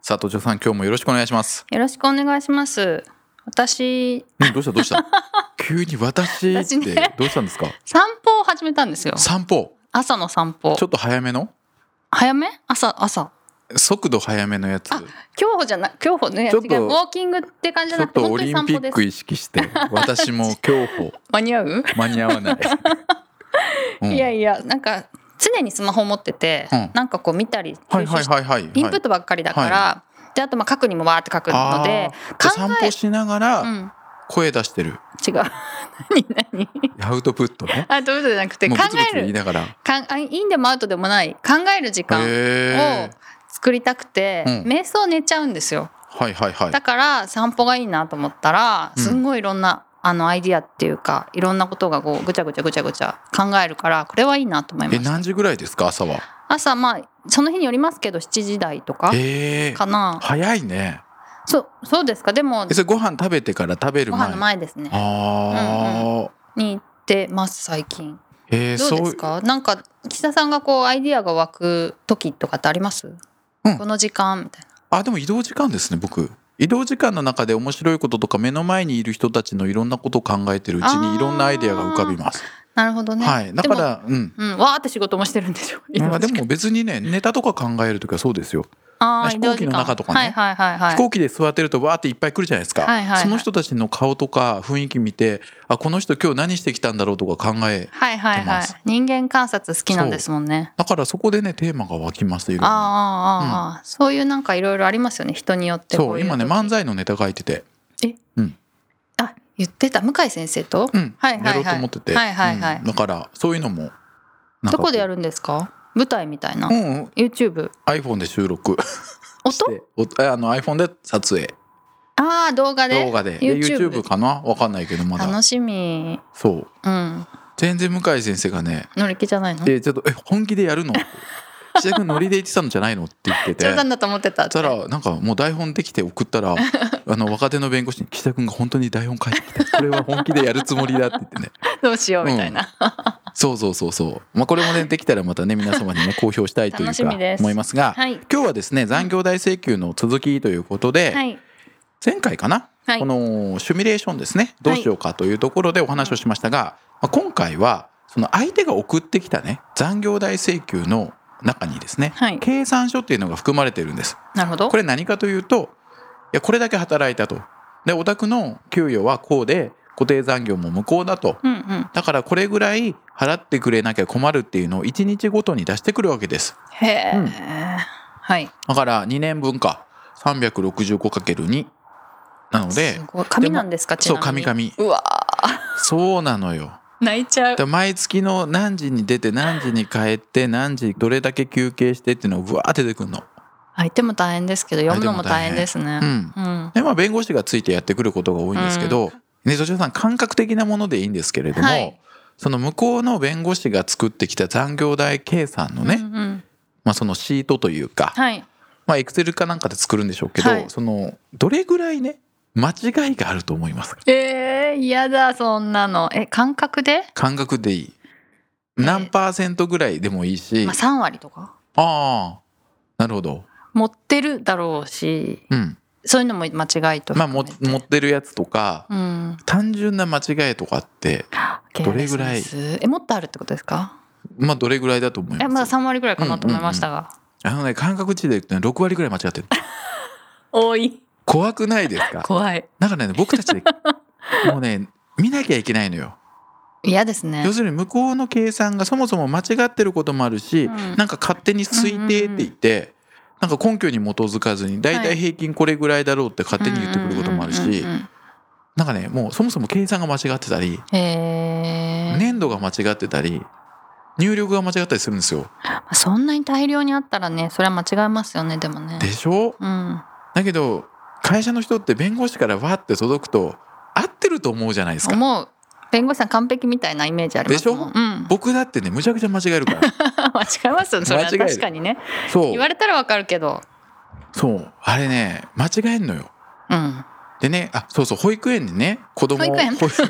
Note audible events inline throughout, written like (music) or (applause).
さあ都庁さん今日もよろしくお願いしますよろしくお願いします私うんどうしたどうした (laughs) 急に私っ私てねどうしたんですか、散歩を始めたんですよ散歩朝の散歩ちょっと早めの早め朝朝速度早めのやつあ競歩じゃな競歩ねちょっと違うウォーキングって感じじゃちなょっくてと本オ当にリ散ンピ歩でッすク意識して私も競 (laughs) 歩間に合う、間に合わない、うん、いやいやなんか常にスマホ持ってて、うんなんかこう見たり、はいはいはいはい、はい、インプットばっかりだから、であとまあ書くにもわーって書くのでじゃあ考散え歩しながうらん声出してる、違う (laughs) 何何アウトプットねあどういうことじゃなくても考うブツブツえ言いるながらかんあインでもアウトでもない考える時間へをえ作りたくて、うん瞑想寝ちゃうんですよはいはいはいだから散歩がいいなと思ったらうんすんごいいろんな、あのアイディアっていうかいろんなことがこうぐちゃぐちゃぐちゃぐちゃ考えるからこれはいいなと思いまえした何時ぐらいですか朝は朝まあその日によりますけど7時台とかええかな早いねそうそうですかでもえそれご飯食べてから食べるご前飯の前ですねああ、に行ってます最近えー、どうそでうすかなんか岸田さんがこうアイディアが湧く時とかってあります、うんこの時間みたいあでも移動時間ですね僕移動時間の中で面白いこととか目の前にいる人たちのいろんなことを考えてるうちあーにいろんなアイデアが浮かびます、ななるほどね、はいだからうんでもうんわーって仕事もしてるんでしょ移動まあで時間も別にねネタとか考える時はそうですよ、あー飛行機の中とかねはいはいはいはい飛行機で座ってるとわーっていっぱい来るじゃないですか、はいはいはいその人たちの顔とか雰囲気見てあこの人今日何してきたんだろうとか考えはいはい出まはいす。人間観察好きなんですもんね。だからそこでねテーマが湧きますいろいろなああああああ、そういうなんかいろいろありますよね。人によってこそうういう時今ね漫才のネタ書いててあ言ってた向井先生と。うん、はいはいはいやろうと思ってて、はいはいはいうんだからそういうのもなんかどこでやるんですか？舞台みたいな。うんうん YouTube。 iPhone で収録し音？ておあの iPhone で撮影ああ動画で。動画でで YouTube YouTube かなわかんないけどまだ楽しみ。そううん。全然向井先生がね乗り気じゃないの？「えちょっとえ本気でやるの?」 (laughs) って「岸田君ノリで言ってたのじゃないの?」って言っ (laughs) てて冗そ談だと思ってたって。したらなんかもう台本できて送ったらあの若手の弁護士に「岸田君が本当に台本書いてきてこれは本気でやるつもりだ」って言ってね (laughs) どうしようみたいな。そうそうそうそう、まあ、これもねできたらまたね皆様にね公表したいとい (laughs) う楽しみでかす思いますがはい今日はですね残業代請求の続きということで、はい前回かな、はいこのシミュレーションですねどうしようかというところでお話をしましたが、まあ今回はその相手が送ってきたね残業代請求の中にですね、はい計算書っていうのが含まれているんです。なるほどこ。れ何かというといやこれだけ働いたとでお宅の給与はこうで固定残業も無効だとうんうん。だからこれぐらい払ってくれなきゃ困るっていうのを1日ごとに出してくるわけです。へえ。うんはい。だから2年分か 365×2 なのですごい紙なんですかちなそみうに。神々うわーそうなのよ。泣いちゃうだから毎月の何時に出て何時に帰って何時どれだけ休憩してっていうのをぶわーって出てくるの。相手も大変ですけど読むのも大変ですうね。ん。うん。でまあ弁護士がついてやってくることが多いんですけど、ね土壌さん感覚的なものでいいんですけれども、はいその向こうの弁護士が作ってきた残業代計算のね、うんうんまあそのシートというか、はい。まあエクセルかなんかで作るんでしょうけど、はいそのどれぐらいね間違いがあると思いますか。えー、嫌だそんなの。え感覚で？感覚でいい。何パーセントぐらいでもいいし、まあ三割とかああなるほど。持ってるだろうし、うん。そういうのも間違いとま含あめもて。持ってるやつとかうん。単純な間違いとかってどれぐケアらいレスですえもっとあるってことですか？まあどれぐらいだと思いますえまだ三割ぐらいかなと思いましたが。あのね感覚値で言うとね6割ぐらい間違ってる多い怖くないですか (laughs) 怖いだからね (laughs) 僕たちでもうね見なきゃいけないのよ嫌ですね要。するに向こうの計算がそもそも間違ってることもあるし、うんなんか勝手に推定って言って、なんか根拠に基づかずにだいたい平均これぐらいだろうって勝手に言ってくることもあるうんうんしうんうんなんかねもうそもそも計算が間違ってたりへえ。年度が間違ってたり入力が間違ったりするんですよ。まあそんなに大量にあったらね、それは間違えますよねでもね。でしょうん。だけど会社の人って弁護士からわーって届くと合ってると思うじゃないですか。思う弁護士さん完璧みたいなイメージありまですしょもんうん、僕だってねむちゃくちゃ間違える (laughs) から (laughs) 間違えますよそれは間違える確かにねそ言うわれたらわかるけどそうあれね間違えんのようんでねあそうそう保育園にね子供を保育園保育 (laughs)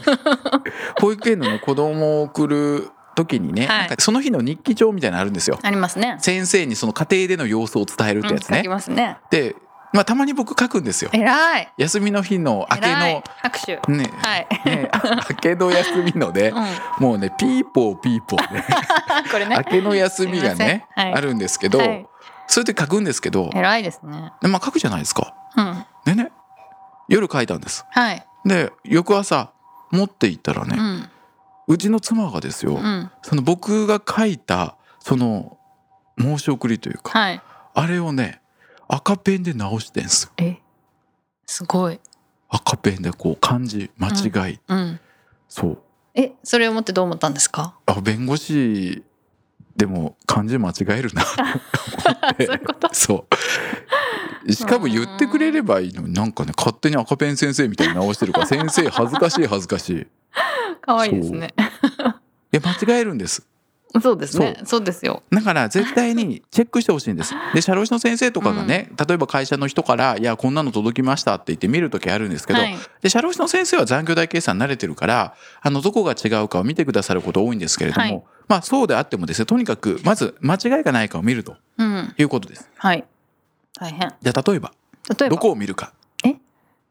保育園のね子供を送る時にね、はいなんかその日の日記帳みたいなのあるんですよありますね先生にその家庭での様子を伝えるってやつうん、書ねき、ますねで、まあ、たまに僕書くんですよえらい休みの日の明け偉いの拍手ね、 (laughs) はい、ねあ明けの休みので、うん、もうねピーポーピーポ (laughs) ーねこれね明けの休みがね、すいませんはいあるんですけど、はいそれで書くんですけど、偉いですねでまあ書くじゃないですか。うんでね夜書いたんです。はいで翌朝持って行ったらうね、んうちの妻がですよ、うんその僕が書いたその申し送りというか、はいあれをね赤ペンで直してんすよ。えすごい赤ペンでこう漢字間違い、うんそうえそれを持ってどう思ったんですかあ弁護士でも漢字間違えるな (laughs) (laughs) そういうこと (laughs) そうしかも言ってくれればいいのになんかね勝手に赤ペン先生みたいに直してるから先生恥ずかしい恥ずかしい可愛いですねいや間違えるんですそうですねそうですよだから絶対にチェックしてほしいんですで社労士の先生とかがね、例えば会社の人から「いやこんなの届きました」って言って見る時あるんですけど、はいで社労士の先生は残業代計算慣れてるからあのどこが違うかを見てくださること多いんですけれども、はいまあそうであってもですねとにかくまず間違いがないかを見るとうんいうことです。はい大変じゃあ例えば例えばどこを見るかえっ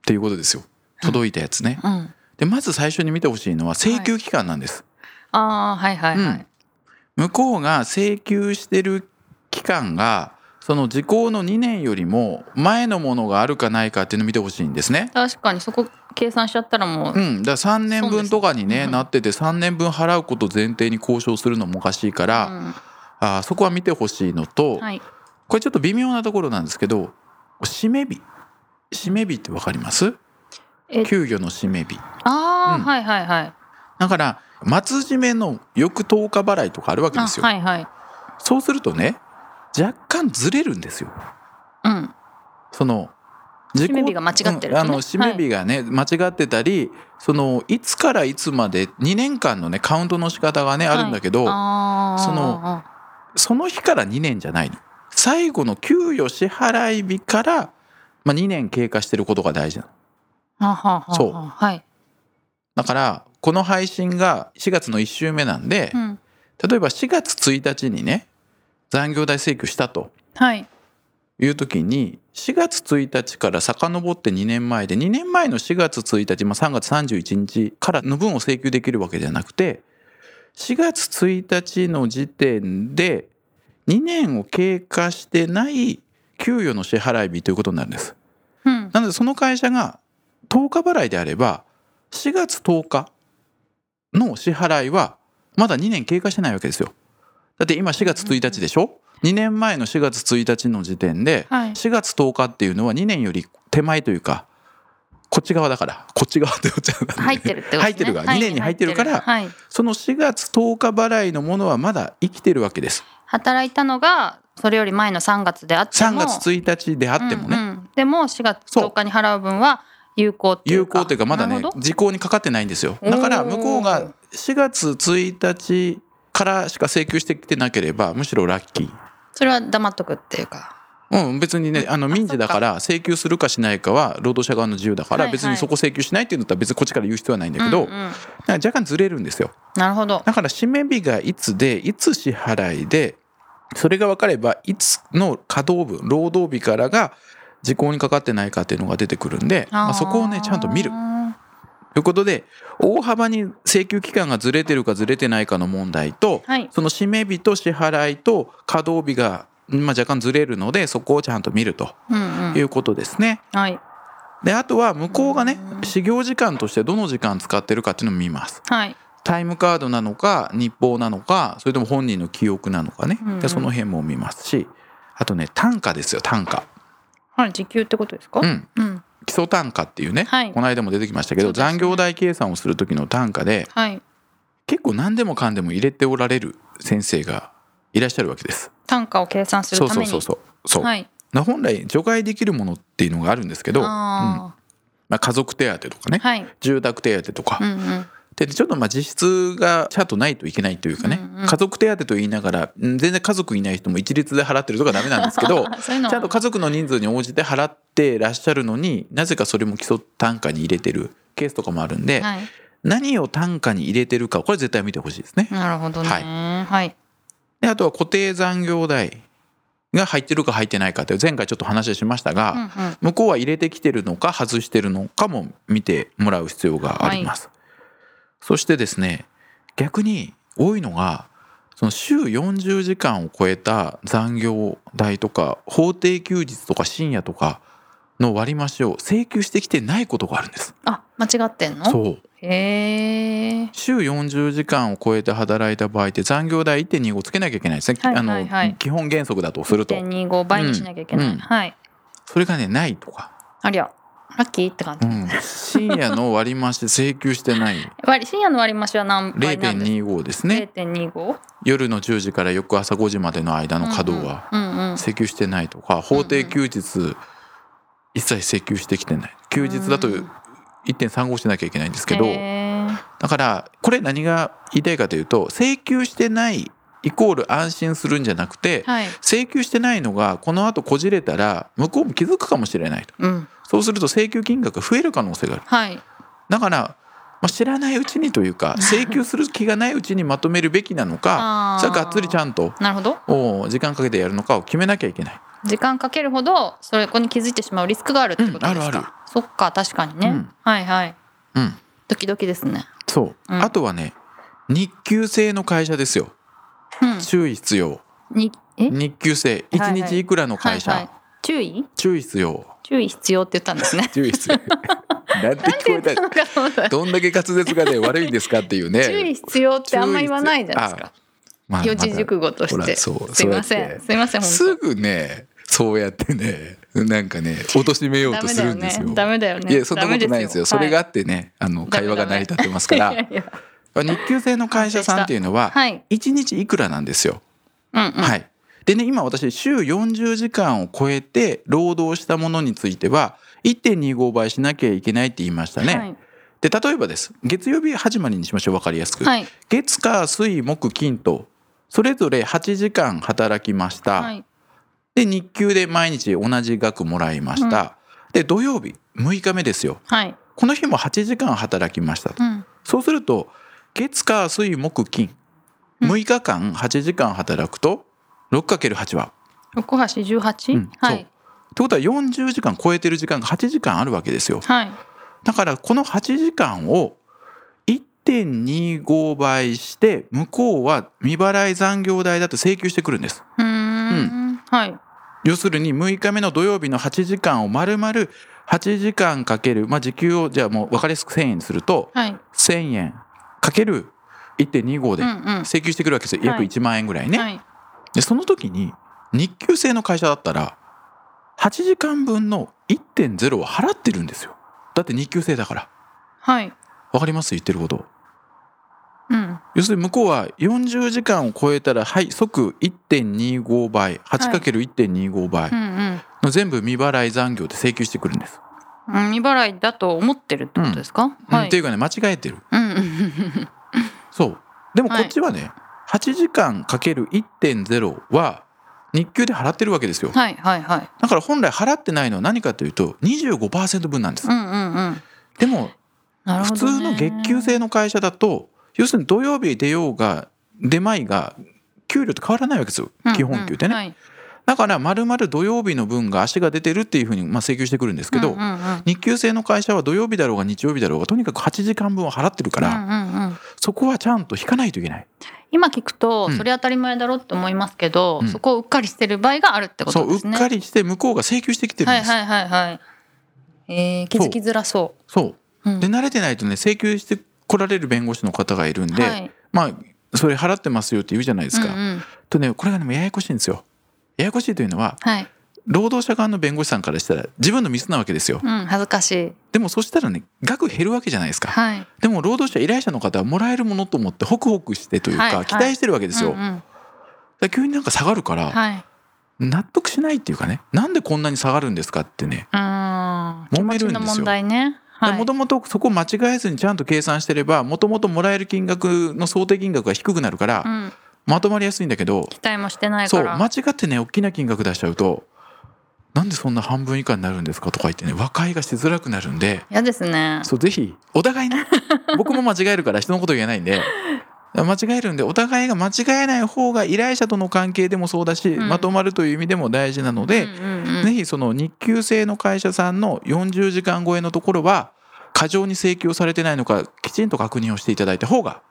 ていうことですよ届いたやつね。うんでまず最初に見てほしいのは請求期間なんです。ああはいはいはうんい、向こうが請求してる期間がその時効の2年よりも前のものがあるかないかっていうのを見てほしいんですね。確かにそこ計算しちゃったらもう、うん、だから3年分とかに、そうでねすねうんなってて3年分払うことを前提に交渉するのもおかしいから、あーそこは見てほしいのと、うんはいこれちょっと微妙なところなんですけど締め日締め日ってわかりますえ給与の締め日ああ、うんはいはいはいだから末締めの翌10日払いとかあるわけあですよ、はいはいそうするとね若干ずれるんですようんその時効締め日が間違ってるうんとねあの締め日がね、間違ってたりそのいつからいつまで2年間のねカウントの仕方がねあるんだけど、あーそのその日から2年じゃないの最後の給与支払い日から、まあ、2年経過してることが大事なのははははそうはい、だからこの配信が4月の1週目なんで、うん、例えば4月1日にね残業代請求したとはいいう時に4月1日から遡って2年前で2年前の4月1日、まあ、3月31日からの分を請求できるわけじゃなくて4月1日の時点で2年を経過してない給与の支払い日ということになるんです。うんなのでその会社が10日払いであれば4月10日の支払いはまだ2年経過してないわけですよ。だって今4月1日でしょ ?2 年前の4月1日の時点ではい4月10日っていうのは2年より手前というかこっち側だからこっち側っておっちゃうなんで入ってるってことですね入ってるが2年に入ってるからはい、その4月10日払いのものはまだ生きてるわけです。働いたのがそれより前の3月であって3も月1日であってもね、うんうんでも4月そう10日に払う分は有効っていう有か効というかまだなねるほど時効にかかってないんですよだからおー向こうが4月1日からしか請求してきてなければむしろラッキそれは黙っとくっていうかーうん別にねあの民事だから請求するかしないかは労働者側の自由だからはいはい別にそこ請求しないっていうんだったら別にこっちから言う必要はないんだけどうんうんだから若干ずれるんですよなるほどだから締め日がいつでいつ支払いでそれが分かればいつの稼働分労働日からが時効にかかってないかっていうのが出てくるんでまあ、そこをねちゃんと見るあということで大幅に請求期間がずれてるかずれてないかの問題と、はいその締め日と支払いと稼働日が、まあ、若干ずれるのでそこをちゃんと見るとーうんういんうことですね。はいであとは向こうがねうん始業時間としてどの時間使ってるかっていうのを見ます。はいタイムカードなのか日報なのかそれとも本人の記憶なのかねうんうでんその辺も見ますしあとね単価ですよ単価。はい時給ってことですかうんうん基礎単価っていうね、はいこの間も出てきましたけど、そうですね残業代計算をする時の単価ではい結構何でもかんでも入れておられる先生がいらっしゃるわけです。単価を計算すそるうたそめうにそうそうそう、はいな本来除外できるものっていうのがあるんですけど、うんまああ、家族手当とかーね、はい。住宅手当とか、うんうん。でちょっとまあ実質がちゃんとないといけないというかね、うんうん家族手当と言いながらうん全然家族いない人も一律で払ってるとかダメなんですけどあ (laughs) そういうのちゃんと家族の人数に応じて払ってらっしゃるのになぜかそれも基礎単価に入れてるケースとかもあるんで、はい。何を単価に入れてるかこれ絶対見てほしいですね。なるほどね。ははい。であとは固定残業代が入ってるか入ってないかって前回ちょっと話しましたが、うんうん。向こうは入れてきてるのか外してるのかも見てもらう必要があります、そしてですね逆に多いのがその週40時間を超えた残業代とか法定休日とか深夜とかの割り増を請求してきてないことがあるんですあ、間違ってんのそうへえ。週40時間を超えて働いた場合って残業代1.25つけなきゃいけないですね、はいはいはいあの基本原則だとすると1.25倍にしなきゃいけない。うんうんはい。それがねないとか、ありゃ、ラッキーって感うじ。ん、深夜の割り増し請求してない割深夜の割り増しは何倍なんですか0.25ですね0.25夜の10時から翌朝5時までの間の稼働はうんうん請求してないとか法定休日一切請求してきてない休日だとうん1.35しなきゃいけないんですけどへーだからこれ何が言いたいかというと請求してないイコール安心するんじゃなくてはい請求してないのがこの後こじれたら向こうも気づくかもしれないとうんそうすると請求金額が増える可能性があるはいだから、まあ、知らないうちにという (laughs) か請求する気がないうちにまとめるべきなのかあーそれはがっつりちゃんとなるほどおー時間かけてやるのかを決めなきゃいけない。時間かけるほどそれこに気づいてしまうリスクがあるってことですか、うんあるあるそっか確かにね、うんはいはいうん、ドキドキですねそう、うんあとはね日給制の会社ですようん注意必要にえ日給制はいはい1日いくらの会社、はいはい、注意注意必 (laughs) 要注意必要って言ったんですね注意必要なんて (laughs) 聞こえたなんかそうだどんだけ滑舌がね悪いんですかっていうね (laughs) 注意必要ってあんまり言わないじゃないですかまあ四字熟語とほしらてそうすいまそうせやっんてすいませんす本ぐねそうやってねなんか (laughs) ね貶めよ当うとダメすだるよんでねすよ。ダメだよねいやそんなことないですよ。それがあはいってね、あのダ会メ話が成り立ってますから、いやいや (laughs) 日給制の会社さんっていうのは (laughs) はい1日いくらなんですよ。うんうんはい。でね今私週40時間を超えて労働したものについては1.25倍しなきゃいけないって言いましたね。はいで例えばです月曜日始まりにしましょう分かりやすく。はい月火水木金とそれぞれ8時間働きました。はいで日給で毎日同じ額もらいました。で土曜日6日目ですよ。はいこの日も8時間働きましたと。うんそうすると月火水木金うん6日間8時間働くと 6×8 は。横橋う 18?、んはそういってことは40時間超えてる時間が8時間あるわけですよ。はいだからこの8時間を1.25倍して向こうは未払い残業代だと請求してくるんです。うーんはい要するに6日目の土曜日の8時間を丸々8時間かける、まあ、時給をじゃあもう分かりやすく1000円にするとはい1000円かける1.25でうんうん請求してくるわけですよ、はい約1万円ぐらいね、はいでその時に日給制の会社だったら8時間分の1.0を払ってるんですよだって日給制だからはいわかります言ってることうん要するに向こうは40時間を超えたらはい即1.25倍 8×1.25 倍うんうんの全部未払い残業で請求してくるんです、うん未払いだと思ってるってことですか、うんはいっていうかね間違えてるうんうんうんそうでもこはいっちはね、8時間 ×1.0 は日給で払ってるわけですよはいはいはいだから本来払ってないのは何かというと25%分なんですうんうんうんでもなる普ほ通ど、ね、の月給制の会社だと要するに土曜日出ようが出まいが給料と変わらないわけですよ基本給でね、うんうんはい、だから丸々土曜日の分が足が出てるっていうふうにまあ請求してくるんですけど、うんうんうん日給制の会社は土曜日だろうが日曜日だろうがとにかく8時間分は払ってるから、うんうんうんそこはちゃんと引かないといけない今聞くと、うんそれ当たり前だろって思いますけど、うんそこをうっかりしてる場合があるってこそとううでっすね。かりして向こうが請求してきてるんはいです、はいはいはい。えー、気づきづらそそうう。うんで慣れてないとね請求してこられる弁護士の方がいるんで、はい、まあそれ払ってますよって言うじゃないですか、うんうんとねこれがねもうややこしいんですよややこしいというのははい、労働者側の弁護士さんからしたら自分のミスなわけですようん、恥ずかしい。でもそしたらね額減るわけじゃないですかはい。でも労働者依頼者の方はもらえるものと思ってホクホクしてというはいはかい期待してるわけですよ、うんうんだから急になんか下がるから、はい。納得しないっていうかねなんでこんなに下がるんですかってねあー揉めるんですよ気持ちの問題ね。はい。もともとそこ間違えずにちゃんと計算してればもともともらえる金額の想定金額が低くなるから、うん、まとまりやすいんだけど期待もしてないそかうら。間違ってね大きな金額出しちゃうとなんでそんな半分以下になるんですかとか言ってね和解がしづらくなるんで嫌ですね。そうぜひお互い (laughs) ね僕も間違えるから人のこと言えないんで間違えるんでお互いが間違えない方が依頼者との関係でもそうだし、うんまとまるという意味でも大事なのでう、んうんうんぜひその日給制の会社さんの40時間超えのところは過剰に請求されてないのかきちんと確認をしていただいた方が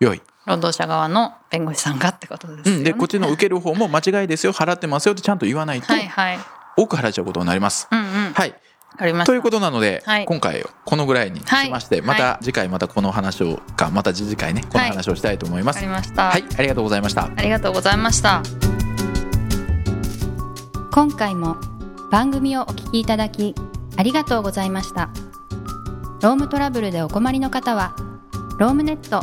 良い。労働者側の弁護士さんがってことですうよね。ん、でこっちの受ける方も間違いですよ払ってますよってちゃんと言わないとはいはい。多く払っちゃうことになります。うんうん。わはい、かりました。ということなので、はい今回このぐらいにしまして、はいまた次回またこの話をかまた次々回ねこの話をしたいと思いまわかす。りました。はい、ありがとうございました。ありがとうございました。今回も番組をお聞きいただきありがとうございましたロームトラブルでお困りの方は「ロームネット」